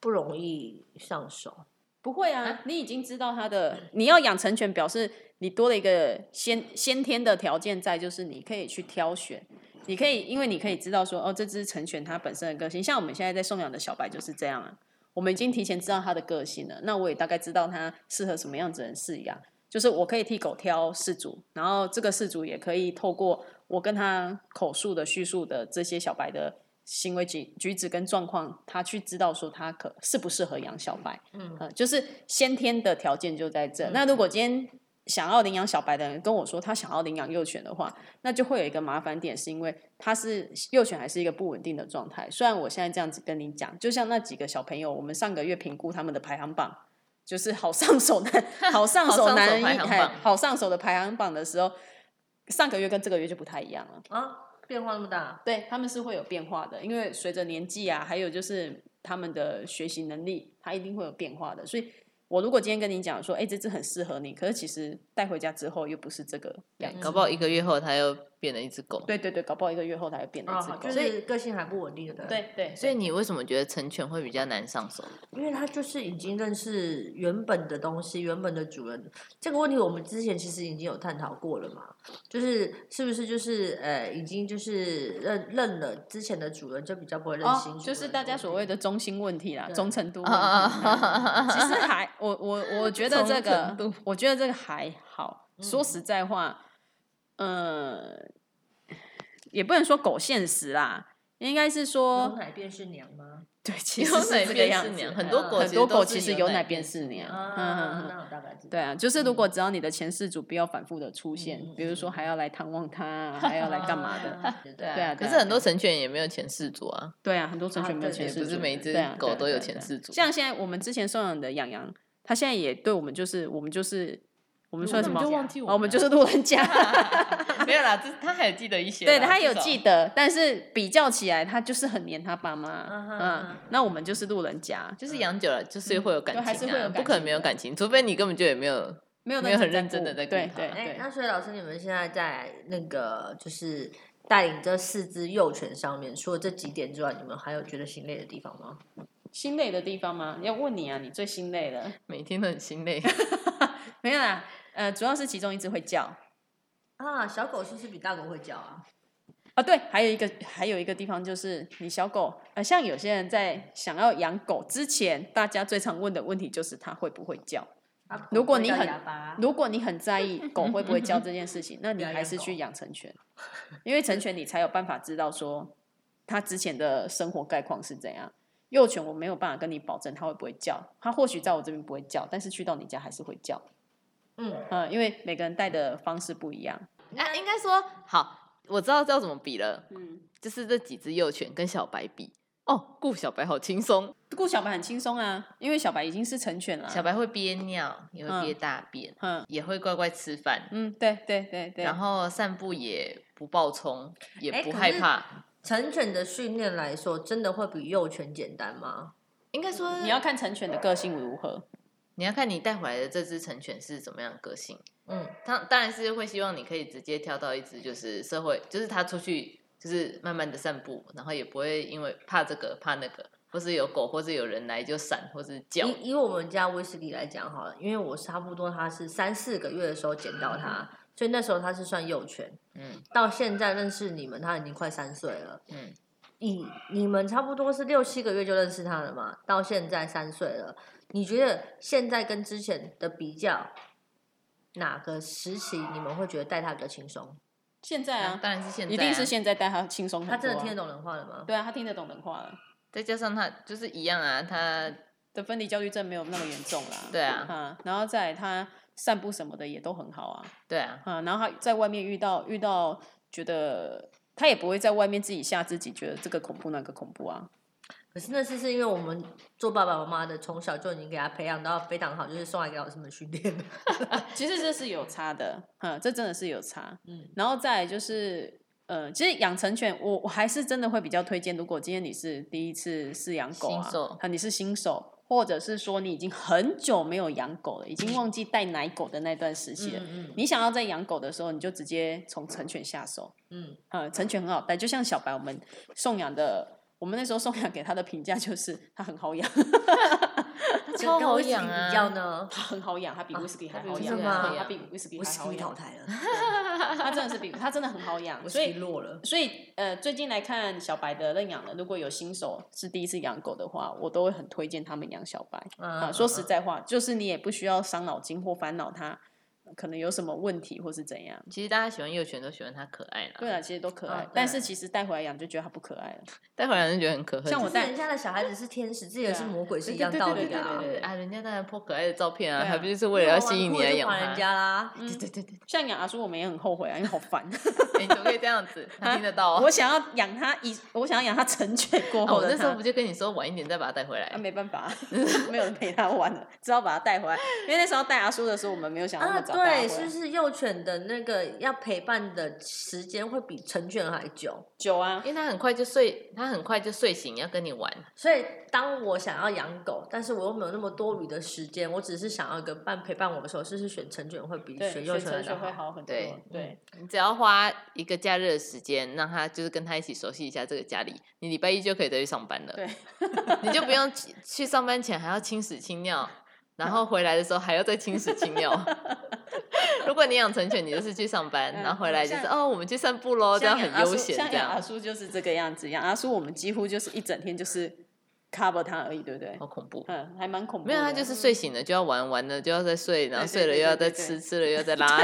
[SPEAKER 3] 不容易上手？
[SPEAKER 2] 不会啊，你已经知道它的，你要养成犬，表示你多了一个先先天的条件在，就是你可以去挑选，你可以，因为你可以知道说，哦，这只成犬它本身的个性，像我们现在在送养的小白就是这样啊，我们已经提前知道它的个性了，那我也大概知道它适合什么样子的人饲养，就是我可以替狗挑饲主，然后这个饲主也可以透过我跟他口述的叙述的这些小白的行为举举止跟状况，他去知道说他可适不适合养小白。
[SPEAKER 3] 嗯
[SPEAKER 2] 呃，就是先天的条件就在
[SPEAKER 1] 嗯
[SPEAKER 2] 这。那如果今天想要领养小白的人跟我说他想要领养幼犬的话，那就会有一个麻烦点，是因为它是幼犬还是一个不稳定的状态。虽然我现在这样子跟你讲，就像那几个小朋友，我们上个月评估他们的排行榜。就是好上 手难，好上
[SPEAKER 1] 好上
[SPEAKER 2] 手
[SPEAKER 1] 手
[SPEAKER 2] 难
[SPEAKER 1] 排
[SPEAKER 2] 以，
[SPEAKER 1] 行
[SPEAKER 2] 哎
[SPEAKER 1] 榜
[SPEAKER 2] 好上手的排行榜的时候，上个月跟这个月就不太一样了。
[SPEAKER 3] 啊，变化那么大，
[SPEAKER 2] 对，他们是会有变化的，因为随着年纪啊，还有就是他们的学习能力，它一定会有变化的。所以，我如果今天跟你讲说，哎、这只很适合你，可是其实带回家之后又不是这个样子。
[SPEAKER 3] 嗯
[SPEAKER 1] 搞不好一个月后它又变了一只狗。
[SPEAKER 2] 对对对，搞不好一个月后它又变了
[SPEAKER 3] 啊，
[SPEAKER 2] 一只
[SPEAKER 3] 好
[SPEAKER 2] 狗。
[SPEAKER 3] 就是个性还不稳定的，对不对。
[SPEAKER 2] 对对，
[SPEAKER 1] 所以你为什么觉得成犬会比较难上 手？
[SPEAKER 3] 因为它就是已经认识原本的东西、原本的主人。这个问题我们之前其实已经有探讨过了嘛，就是是不是就是呃，已经就是认认了之前的主人，就比较不会认
[SPEAKER 2] 哦
[SPEAKER 3] 新主人、，
[SPEAKER 2] 就是大家所谓的中心问题啦，
[SPEAKER 3] 对哦
[SPEAKER 2] 忠诚 度问
[SPEAKER 1] 啊啊
[SPEAKER 2] 题
[SPEAKER 1] 啊啊啊啊
[SPEAKER 2] 啦。其实还，我我我觉得这
[SPEAKER 1] 忠诚
[SPEAKER 2] 个
[SPEAKER 1] 度，
[SPEAKER 2] 我觉得这个还好。
[SPEAKER 3] 嗯
[SPEAKER 2] 说实在话，呃，也不能说狗现实啦，应该是说
[SPEAKER 3] 牛奶便是娘吗？
[SPEAKER 2] 对， 其
[SPEAKER 1] 有
[SPEAKER 2] 实
[SPEAKER 1] 奶
[SPEAKER 2] 是这个
[SPEAKER 1] 便
[SPEAKER 2] 样
[SPEAKER 1] 是
[SPEAKER 2] 子。
[SPEAKER 1] 娘
[SPEAKER 2] 嗯
[SPEAKER 1] 很多狗
[SPEAKER 2] 很
[SPEAKER 1] 其
[SPEAKER 2] 多
[SPEAKER 1] 实都
[SPEAKER 2] 狗
[SPEAKER 1] 是嗯
[SPEAKER 2] 其实
[SPEAKER 1] 有
[SPEAKER 2] 有
[SPEAKER 1] 奶
[SPEAKER 2] 奶
[SPEAKER 1] 便
[SPEAKER 2] 便是娘。嗯嗯
[SPEAKER 3] 啊，
[SPEAKER 2] 嗯，
[SPEAKER 3] 那我大概知道。
[SPEAKER 2] 对啊，就是如果只要你的前世主不要反复的出现
[SPEAKER 3] 嗯嗯，
[SPEAKER 2] 比如说还要来探望它 啊，还要来干嘛的？
[SPEAKER 3] 啊？对
[SPEAKER 2] 对啊
[SPEAKER 1] 可是很多成犬也没有前世主啊，
[SPEAKER 2] 对啊，很多成
[SPEAKER 3] 啊
[SPEAKER 2] 犬没有
[SPEAKER 3] 对
[SPEAKER 2] 前
[SPEAKER 1] 也
[SPEAKER 2] 世主，
[SPEAKER 1] 不是每一只
[SPEAKER 2] 对啊
[SPEAKER 1] 狗
[SPEAKER 2] 对啊
[SPEAKER 1] 都有
[SPEAKER 2] 对啊
[SPEAKER 1] 前
[SPEAKER 2] 对啊
[SPEAKER 1] 世主。
[SPEAKER 2] 像现在我们之前送养的养羊，它现在也对我们就是我们就是我们算什么？
[SPEAKER 1] 就
[SPEAKER 2] 啊
[SPEAKER 1] 忘记
[SPEAKER 2] 我们就是路 人甲。
[SPEAKER 1] 没有啦，这他还有记得一些啦，
[SPEAKER 2] 对，他有
[SPEAKER 1] 至少
[SPEAKER 2] 记得，但是比较起来，他就是很黏他爸妈。
[SPEAKER 3] 嗯哼
[SPEAKER 2] 嗯，那我们就是路人甲，
[SPEAKER 1] 就是养久了，就是会有感情、啊
[SPEAKER 2] 嗯对还是会有感
[SPEAKER 1] 不可能没有
[SPEAKER 2] 情的
[SPEAKER 1] 感情，除非你根本就也没有。
[SPEAKER 2] 没有
[SPEAKER 1] 没有很
[SPEAKER 2] 在
[SPEAKER 1] 认真
[SPEAKER 2] 顾
[SPEAKER 1] 地在顾
[SPEAKER 2] 对
[SPEAKER 1] 它
[SPEAKER 2] 对
[SPEAKER 3] 哎
[SPEAKER 2] 对，。
[SPEAKER 3] 那所以老师，你们现在在那个就是带领这四只幼犬上面，除了这几点之外，你们还有觉得心累的地方吗？
[SPEAKER 2] 心累的地方吗？要问你啊，你最心累了？
[SPEAKER 1] 每天都很心 累，
[SPEAKER 2] 没有啦，呃，主要是其中一只会叫
[SPEAKER 3] 啊，小狗是不是比大狗会叫啊？
[SPEAKER 2] 啊，对，还有一个还有一个地方就是你小狗，呃，像有些人在想要养狗之前，大家最常问的问题就是它会不会叫。
[SPEAKER 3] 啊
[SPEAKER 2] 如果你
[SPEAKER 3] 狗会
[SPEAKER 2] 很
[SPEAKER 3] 叫哑巴啊
[SPEAKER 2] 如果你很在意狗会不会叫这件事 情，那你
[SPEAKER 3] 不要
[SPEAKER 2] 还
[SPEAKER 3] 养
[SPEAKER 2] 是
[SPEAKER 3] 狗
[SPEAKER 2] 去养成犬，因为成犬你才有办法知道说它之前的生活概况是怎样。幼犬我没有办法跟你保证它会不会叫，它或许在我这边不会叫，但是去到你家还是会叫。
[SPEAKER 3] 嗯，
[SPEAKER 2] 嗯，因为每个人带的方式不一样。
[SPEAKER 1] 啊，应该说好，我知道知道怎么比了，
[SPEAKER 2] 嗯，
[SPEAKER 1] 就是这几只幼犬跟小白比。哦，顾小白好轻松，
[SPEAKER 2] 顾小白很轻松啊，因为小白已经是成犬了。
[SPEAKER 1] 小，白会憋尿，也会
[SPEAKER 2] 嗯
[SPEAKER 1] 憋大便，
[SPEAKER 2] 嗯
[SPEAKER 1] 也会乖乖吃饭，
[SPEAKER 2] 嗯，对对对对。
[SPEAKER 1] 然后散步也不暴冲，也
[SPEAKER 3] 哎
[SPEAKER 1] 不
[SPEAKER 3] 可
[SPEAKER 1] 害
[SPEAKER 3] 是
[SPEAKER 1] 怕。
[SPEAKER 3] 成犬的训练来说，真的会比幼犬简单吗？
[SPEAKER 1] 应该说
[SPEAKER 2] 你要看成犬的个性如何。
[SPEAKER 1] 你要看你带回来的这只成犬是怎么样的个性。
[SPEAKER 3] 嗯，
[SPEAKER 1] 当当然是会希望你可以直接挑到一只，就是社会，就是它出去就是慢慢的散步，然后也不会因为怕这个怕那个，或是有狗或是有人来就闪或是叫。
[SPEAKER 3] 以以我们家威士忌来讲好了，因为我差不多它是三四个月的时候捡到它，所以那时候它是算幼犬。
[SPEAKER 1] 嗯
[SPEAKER 3] 到现在认识你们，它已经快三岁了。
[SPEAKER 1] 嗯，
[SPEAKER 3] 你你们差不多是六七个月就认识它了嘛？到现在三岁了，你觉得现在跟之前的比较，哪个时期你们会觉得带它比较轻松？
[SPEAKER 2] 现在啊，
[SPEAKER 1] 当然是现在、啊，
[SPEAKER 2] 一定是现在带他轻松很多、
[SPEAKER 3] 它
[SPEAKER 2] 啊。
[SPEAKER 3] 真的听得懂人话了吗？
[SPEAKER 2] 对啊，他听得懂人话了。
[SPEAKER 1] 再加上它就是一样啊，它
[SPEAKER 2] 的分离焦虑症没有那么严重啦。
[SPEAKER 1] 对啊
[SPEAKER 2] 啊，然后再来他散步什么的也都很好啊，
[SPEAKER 1] 对啊，
[SPEAKER 2] 啊，然后他在外面遇到遇到觉得他也不会在外面自己吓自己，觉得这个恐怖那个恐怖 啊。
[SPEAKER 3] 可是那次是因为我们做爸爸妈妈的，从小就已经给他培养到非常好，就是送来给老师们训练。
[SPEAKER 2] 其实这是有差的，哈，这真的是有差。
[SPEAKER 3] 嗯
[SPEAKER 2] 嗯，然后再来就是，呃，其实养成犬，我我还是真的会比较推荐，如果今天你是第一次饲养狗
[SPEAKER 1] 新
[SPEAKER 2] 啊
[SPEAKER 1] 手，
[SPEAKER 2] 啊，你是新手，或者是说你已经很久没有养狗了，已经忘记带奶狗的那段时期了，
[SPEAKER 3] 嗯
[SPEAKER 2] 你想要在养狗的时候，你就直接从成犬下手。
[SPEAKER 3] 嗯
[SPEAKER 2] 呃，成犬很好带，就像小白我们送养的，我们那时候送养给他的评价就是它很好养，
[SPEAKER 3] 嗯，
[SPEAKER 1] 超
[SPEAKER 3] 跟
[SPEAKER 1] 好
[SPEAKER 3] 威士忌
[SPEAKER 1] 养啊
[SPEAKER 3] 比较呢，
[SPEAKER 2] 它很好养，它比威士忌还好
[SPEAKER 1] 比
[SPEAKER 2] 养，
[SPEAKER 1] 威士忌还好
[SPEAKER 2] 它
[SPEAKER 1] 养
[SPEAKER 2] 比威士忌
[SPEAKER 3] 威
[SPEAKER 2] 还
[SPEAKER 3] 士
[SPEAKER 2] 好
[SPEAKER 3] 忌淘
[SPEAKER 2] 养，
[SPEAKER 3] 汰了，
[SPEAKER 2] 它真的是比它真的很好养，
[SPEAKER 3] 威
[SPEAKER 2] 所
[SPEAKER 3] 士忌
[SPEAKER 2] 以
[SPEAKER 3] 弱了。
[SPEAKER 2] 所以呃，最近来看小白的认养了，如果有新手是第一次养狗的话，我都会很推荐他们养小白。啊，
[SPEAKER 3] 啊
[SPEAKER 2] 说实，在话，就是你也不需要伤脑筋或烦恼它可能有什么问题或是怎样。
[SPEAKER 1] 其实大家喜欢幼犬都喜欢它可爱啦，
[SPEAKER 2] 对啊，其实都可
[SPEAKER 3] 啊
[SPEAKER 2] 爱，
[SPEAKER 3] 对
[SPEAKER 2] 但
[SPEAKER 3] 啊
[SPEAKER 2] 是其实带回来养就觉得它不可爱了。
[SPEAKER 1] 带回来人觉得很可恨。
[SPEAKER 2] 像
[SPEAKER 3] 我
[SPEAKER 2] 我带
[SPEAKER 3] 嗯人家的小孩子是天使，自己的是魔鬼是一
[SPEAKER 2] 对
[SPEAKER 3] 样
[SPEAKER 2] 对对
[SPEAKER 3] 道
[SPEAKER 2] 对
[SPEAKER 3] 理的啊
[SPEAKER 2] 对对。
[SPEAKER 1] 对啊，人家当然 po 可爱的照片啊，
[SPEAKER 2] 对啊
[SPEAKER 1] 还不就是为了要吸引你来养
[SPEAKER 3] 玩
[SPEAKER 1] 它？
[SPEAKER 3] 人家 啦。
[SPEAKER 2] 嗯
[SPEAKER 3] 嗯
[SPEAKER 1] 对对对对，
[SPEAKER 2] 像养阿叔，我们也很后悔啊，因为好 烦。
[SPEAKER 1] 哎你怎么可以这样子？他听得到哦。
[SPEAKER 2] 我想要养它以，我想要养它成犬过
[SPEAKER 3] 哦
[SPEAKER 1] 啊
[SPEAKER 2] 后
[SPEAKER 1] 我
[SPEAKER 2] 的
[SPEAKER 1] 那时
[SPEAKER 2] 它。
[SPEAKER 1] 候不就跟你说晚一点再把它带回
[SPEAKER 2] 啊，
[SPEAKER 1] 来？
[SPEAKER 2] 没办 法，没有人陪它玩了，只好把它带回来。因为那时候带阿叔的时候，我们没有想要那
[SPEAKER 3] 啊，
[SPEAKER 2] 么早带
[SPEAKER 3] 对，
[SPEAKER 2] 它回
[SPEAKER 3] 是不
[SPEAKER 2] 来。
[SPEAKER 3] 是幼犬的那个要陪伴的时间会比成犬还久？
[SPEAKER 2] 久啊
[SPEAKER 1] 因，为它很快就睡，它很快就睡醒，要跟你玩。
[SPEAKER 3] 所以当我想要养狗，但是我又没有那么多余的时间，我只是想要一个伴陪伴我的时候，是不是选成犬会比
[SPEAKER 2] 对，
[SPEAKER 3] 选
[SPEAKER 2] 选
[SPEAKER 3] 幼犬来
[SPEAKER 2] 成
[SPEAKER 3] 的嗯
[SPEAKER 2] 犬会
[SPEAKER 3] 好？
[SPEAKER 2] 好很多。
[SPEAKER 1] 对
[SPEAKER 2] 对，
[SPEAKER 1] 你只要花一个假日的时间，让他就是跟他一起熟悉一下这个家里，你礼拜一就可以再去上班了。
[SPEAKER 2] 对，
[SPEAKER 1] 你就不用去去上班前还要清屎清尿，然后回来的时候还要再清屎 清尿。如果你养成犬，你就是去上班，
[SPEAKER 2] 嗯
[SPEAKER 1] 然后回来就是
[SPEAKER 2] 像
[SPEAKER 1] 哦，我们去散步喽，这样
[SPEAKER 2] 像
[SPEAKER 1] 很
[SPEAKER 2] 养阿
[SPEAKER 1] 悠
[SPEAKER 2] 叔，
[SPEAKER 1] 闲，
[SPEAKER 2] 像
[SPEAKER 1] 这
[SPEAKER 2] 养阿
[SPEAKER 1] 样
[SPEAKER 2] 叔就是这个样子。养阿叔，我们几乎就是一整天就是 cover 它而已，对不对
[SPEAKER 1] 好？恐怖。
[SPEAKER 2] 嗯，还蛮恐怖
[SPEAKER 1] 哦没
[SPEAKER 2] 的。
[SPEAKER 1] 有，他就是睡醒了就要玩，玩了就要再睡，然后
[SPEAKER 2] 对对
[SPEAKER 1] 睡了
[SPEAKER 2] 对
[SPEAKER 1] 又要
[SPEAKER 2] 对
[SPEAKER 1] 再
[SPEAKER 2] 对
[SPEAKER 1] 吃，吃了又要再拉。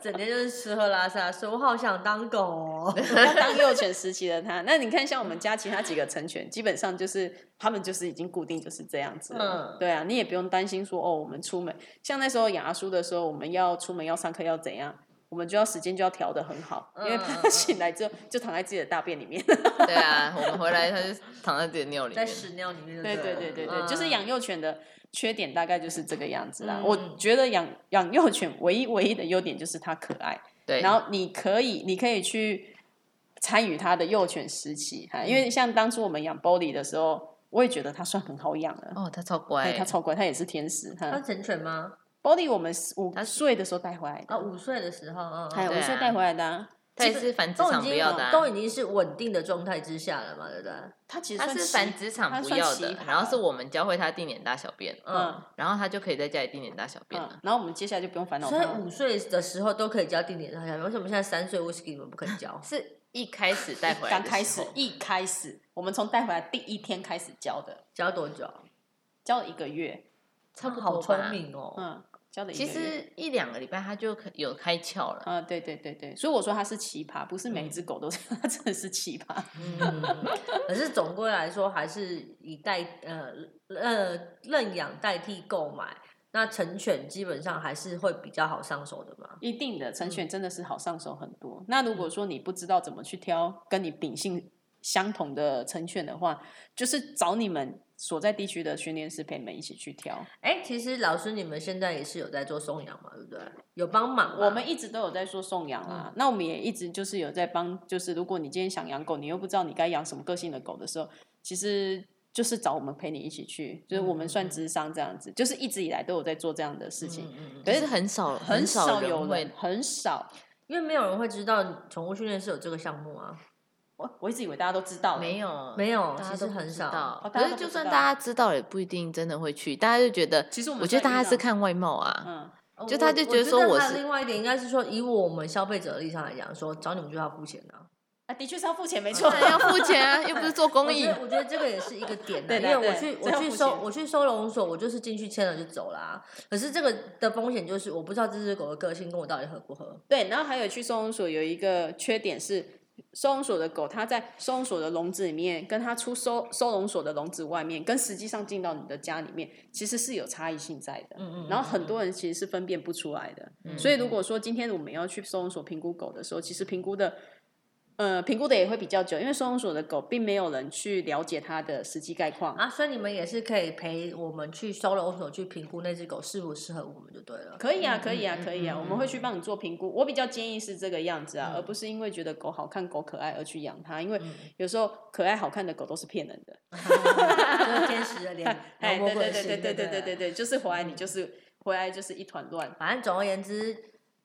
[SPEAKER 3] 整天就是吃喝拉撒，所以我好想当狗、 哦。
[SPEAKER 2] 要当幼犬时期的他。那你看，像我们家其他几个成犬，基本上就是他们就是已经固定就是这样子了。
[SPEAKER 3] 嗯
[SPEAKER 2] 对啊，你也不用担心说哦，我们出门，像那时候养阿叔的时候，我们要出门要上课要怎样，我们就要时间就要调的很好，因为
[SPEAKER 3] 嗯嗯
[SPEAKER 2] 怕
[SPEAKER 3] 嗯
[SPEAKER 2] 醒来之后就躺在自己的大便里面。
[SPEAKER 1] 对啊，我们回来他就躺在自己的尿里
[SPEAKER 3] 在
[SPEAKER 1] 面。
[SPEAKER 3] 屎尿里面就
[SPEAKER 2] 对对
[SPEAKER 3] 了
[SPEAKER 2] 对对对，就是
[SPEAKER 3] 嗯
[SPEAKER 2] 养幼犬的。缺点大概就是这个样子啦。
[SPEAKER 3] 嗯
[SPEAKER 2] 我觉得养养幼犬唯一唯一的优点就是它可爱，
[SPEAKER 1] 对，
[SPEAKER 2] 然后你可以，你可以去参与它的幼犬时期哈，
[SPEAKER 1] 嗯
[SPEAKER 2] 因为像当初我们养 Body 的时候，我也觉得它算很好养了，
[SPEAKER 1] 哦，他超
[SPEAKER 2] 哎，
[SPEAKER 1] 乖，
[SPEAKER 2] 它超乖，它也是天使
[SPEAKER 3] 它
[SPEAKER 2] 哈。
[SPEAKER 3] 成犬吗？
[SPEAKER 2] Body 我们四五
[SPEAKER 1] 它哦
[SPEAKER 2] 岁的时候带回来的，
[SPEAKER 3] 啊，五岁的时候，嗯，
[SPEAKER 2] 哎，
[SPEAKER 3] 嗯
[SPEAKER 2] 五
[SPEAKER 1] 对
[SPEAKER 2] 岁
[SPEAKER 1] 啊
[SPEAKER 2] 带回来的啊，
[SPEAKER 1] 他也是繁殖
[SPEAKER 3] 都已
[SPEAKER 1] 场不
[SPEAKER 3] 经
[SPEAKER 1] 要的、
[SPEAKER 3] 都
[SPEAKER 1] 啊，
[SPEAKER 3] 已经是稳定的状态之下了嘛，对不对？
[SPEAKER 2] 它其实
[SPEAKER 1] 他
[SPEAKER 2] 算
[SPEAKER 1] 是
[SPEAKER 2] 奇
[SPEAKER 1] 繁殖
[SPEAKER 2] 它
[SPEAKER 1] 场不
[SPEAKER 2] 算
[SPEAKER 1] 要
[SPEAKER 2] 奇
[SPEAKER 1] 的，
[SPEAKER 2] 葩
[SPEAKER 1] 然后是我们教会他定点大小便，
[SPEAKER 3] 嗯，
[SPEAKER 2] 嗯
[SPEAKER 1] 然后他就可以在家里定点大小便哦了。？
[SPEAKER 2] 嗯，然后我们接下来就不用烦恼
[SPEAKER 3] 所以
[SPEAKER 2] 它了。
[SPEAKER 3] 五岁的时候都可以教定点大小便，为什么现在三岁 whisky 你们不可以教
[SPEAKER 1] 是一开始带回来，
[SPEAKER 2] 刚开始，一开始，我们从带回来第一天开始教的，
[SPEAKER 3] 教多久？
[SPEAKER 2] 教了一个月，
[SPEAKER 1] 差不多
[SPEAKER 3] 好
[SPEAKER 1] 吧
[SPEAKER 3] 聪。明哦！
[SPEAKER 2] 嗯，教了一个
[SPEAKER 1] 其
[SPEAKER 2] 月。
[SPEAKER 1] 实一两个礼拜他就可有开窍了。
[SPEAKER 2] 啊，对对对对，所以我说它是奇葩，不是每一
[SPEAKER 1] 嗯
[SPEAKER 2] 只狗都是，它真的是奇葩。
[SPEAKER 3] 嗯， 可是总归来说，还是以代呃呃认养代替购买。那成犬基本上还是会比较好上手的嘛。
[SPEAKER 2] 一定
[SPEAKER 1] 嗯
[SPEAKER 2] 的，成犬真的是好上手很多。那如果说你不知道怎么去挑跟你秉性相同的成犬的话，就是找你们所在地区的训练师陪你们一起去挑。
[SPEAKER 3] 哎、其实老师你们现在也是有在做送养嘛，对不对？有帮忙啊嘛。
[SPEAKER 2] 我们一直都有在说送养
[SPEAKER 1] 嗯
[SPEAKER 2] 啦，那我们也一直就是有在帮，就是如果你今天想养狗，你又不知道你该养什么个性的狗的时候，其实就是找我们陪你一起去，就是我们算智商这样子，就是一直以来都有在做这样的事情，
[SPEAKER 1] 嗯嗯，
[SPEAKER 2] 可
[SPEAKER 1] 可
[SPEAKER 2] 是
[SPEAKER 1] 是很少
[SPEAKER 2] 很
[SPEAKER 1] 少
[SPEAKER 2] 少有
[SPEAKER 1] 会
[SPEAKER 2] 人，很少。
[SPEAKER 3] 因为没有人会知道宠物训练是有这个项目啊，
[SPEAKER 2] 我我一直以为大家都知道，欸
[SPEAKER 1] 没有啊
[SPEAKER 3] 没有，
[SPEAKER 1] 嗯大
[SPEAKER 3] 其
[SPEAKER 1] 家
[SPEAKER 3] 实
[SPEAKER 1] 都不
[SPEAKER 3] 很
[SPEAKER 1] 知
[SPEAKER 3] 少。
[SPEAKER 1] 道
[SPEAKER 2] 哦
[SPEAKER 1] 可
[SPEAKER 2] 大家
[SPEAKER 1] 是
[SPEAKER 2] 都不
[SPEAKER 1] 就
[SPEAKER 2] 知
[SPEAKER 1] 算
[SPEAKER 2] 道
[SPEAKER 1] 大家知道，也不一定真的会去。大家就觉得，
[SPEAKER 2] 其实我们
[SPEAKER 1] 我觉得
[SPEAKER 2] 算
[SPEAKER 1] 大
[SPEAKER 2] 遇
[SPEAKER 1] 家
[SPEAKER 2] 到
[SPEAKER 1] 是看外貌啊，
[SPEAKER 2] 嗯，
[SPEAKER 3] 呃
[SPEAKER 1] 就
[SPEAKER 3] 我
[SPEAKER 1] 他就觉得说
[SPEAKER 3] 我
[SPEAKER 1] 我
[SPEAKER 3] 还有
[SPEAKER 1] 是
[SPEAKER 3] 另外一点，应该是说以我们消费者的立场来讲，说找你们就是要付钱啊。
[SPEAKER 2] 啊，的确是要付钱，没错
[SPEAKER 1] 当。然要付钱啊，又不是做公益
[SPEAKER 3] 我觉。得我觉得这个也是一个点、啊，
[SPEAKER 2] 对
[SPEAKER 3] 因
[SPEAKER 2] 对
[SPEAKER 3] 为我
[SPEAKER 2] 对
[SPEAKER 3] 去
[SPEAKER 2] 这
[SPEAKER 3] 我
[SPEAKER 2] 要
[SPEAKER 3] 去
[SPEAKER 2] 付
[SPEAKER 3] 收
[SPEAKER 2] 钱
[SPEAKER 3] 我去收容所，我就是进去签了就走啦、可是这个的风险就是，我不知道这只狗的个性跟我到底合不合。
[SPEAKER 2] 对，然后还有去收容所有一个缺点是，收容所的狗它在收容所的笼子里面，跟它出收收容所的笼子外面，跟实际上进到你的家里面，其实是有差异性在的。
[SPEAKER 3] 嗯嗯
[SPEAKER 2] 然后很多人其实是分辨不出来的。
[SPEAKER 1] 嗯
[SPEAKER 2] 所以如果说今天我们要去收容所评估狗的时候，其实评估的。呃，评估的也会比较久，因为收容所的狗并没有人去了解它的实际概况。
[SPEAKER 3] 啊，所以你们也是可以陪我们去收容所去评估那只狗适不适合我们就对 了。
[SPEAKER 2] 可以啊，可以啊，
[SPEAKER 1] 嗯
[SPEAKER 2] 可以啊，
[SPEAKER 1] 嗯
[SPEAKER 2] 我们会去帮你做评估。我比较建议是这个样子啊，
[SPEAKER 3] 嗯
[SPEAKER 2] 而不是因为觉得狗好看、狗可爱而去养它，因为
[SPEAKER 3] 嗯
[SPEAKER 2] 有时候可爱好看的狗都是骗人 的。
[SPEAKER 3] 就是天使的脸，
[SPEAKER 2] 哎，
[SPEAKER 3] 然后
[SPEAKER 2] 对
[SPEAKER 3] 魔鬼
[SPEAKER 2] 对
[SPEAKER 3] 的
[SPEAKER 2] 对
[SPEAKER 3] 心
[SPEAKER 2] 对对对
[SPEAKER 3] 不
[SPEAKER 2] 对对对，就是
[SPEAKER 1] 嗯
[SPEAKER 2] 回来你就是回来就是一团乱。
[SPEAKER 3] 反正总而言之，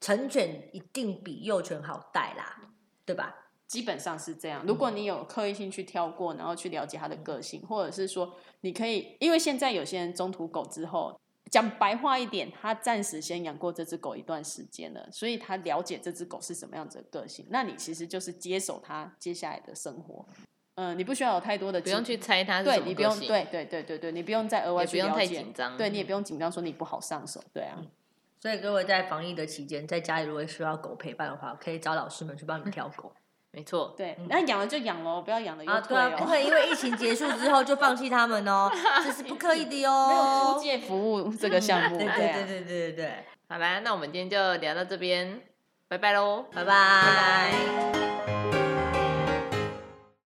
[SPEAKER 3] 成犬一定比幼犬好带啦，对吧？
[SPEAKER 2] 基本上是这样。如
[SPEAKER 1] 嗯
[SPEAKER 2] 果你有刻意性去挑过，然后去了解它的个性，或者是说你可以，因为现在有些人中途狗之后，讲白话一点，他暂时先养过这只狗一段时间了，所以他了解这只狗是什么样子的个性。那你其实就是接手它接下来的生活，嗯、你不需要有太多的
[SPEAKER 1] 不用
[SPEAKER 2] 紧，
[SPEAKER 1] 去猜它是
[SPEAKER 2] 对
[SPEAKER 1] 什么
[SPEAKER 2] 你不
[SPEAKER 1] 个
[SPEAKER 2] 用，
[SPEAKER 1] 性，
[SPEAKER 2] 对对对对对，你不用再额外
[SPEAKER 1] 也
[SPEAKER 2] 去
[SPEAKER 1] 不用
[SPEAKER 2] 了
[SPEAKER 1] 太
[SPEAKER 2] 解
[SPEAKER 1] 紧张嗯
[SPEAKER 2] 对你也不用紧张，说你不好上手，对啊。
[SPEAKER 3] 所以各位在防疫的期间，在家里如果需要狗陪伴的话，可以找老师们去帮你们挑狗
[SPEAKER 1] 没错，
[SPEAKER 2] 对
[SPEAKER 3] 嗯，
[SPEAKER 2] 那养了就养喽，不要养了又
[SPEAKER 3] 啊。
[SPEAKER 2] 退
[SPEAKER 3] 对啊，不
[SPEAKER 2] 哦。
[SPEAKER 3] 可以因为疫情结束之后就放弃他 们哦，这是不可以的
[SPEAKER 2] 没有
[SPEAKER 3] 哦
[SPEAKER 2] 租。借服务这个 项目，
[SPEAKER 3] 对
[SPEAKER 2] 对
[SPEAKER 3] 对
[SPEAKER 2] 啊
[SPEAKER 3] 对。对对对对，
[SPEAKER 1] 好啦，那我们今天就聊到这边，拜拜喽。
[SPEAKER 3] 拜拜。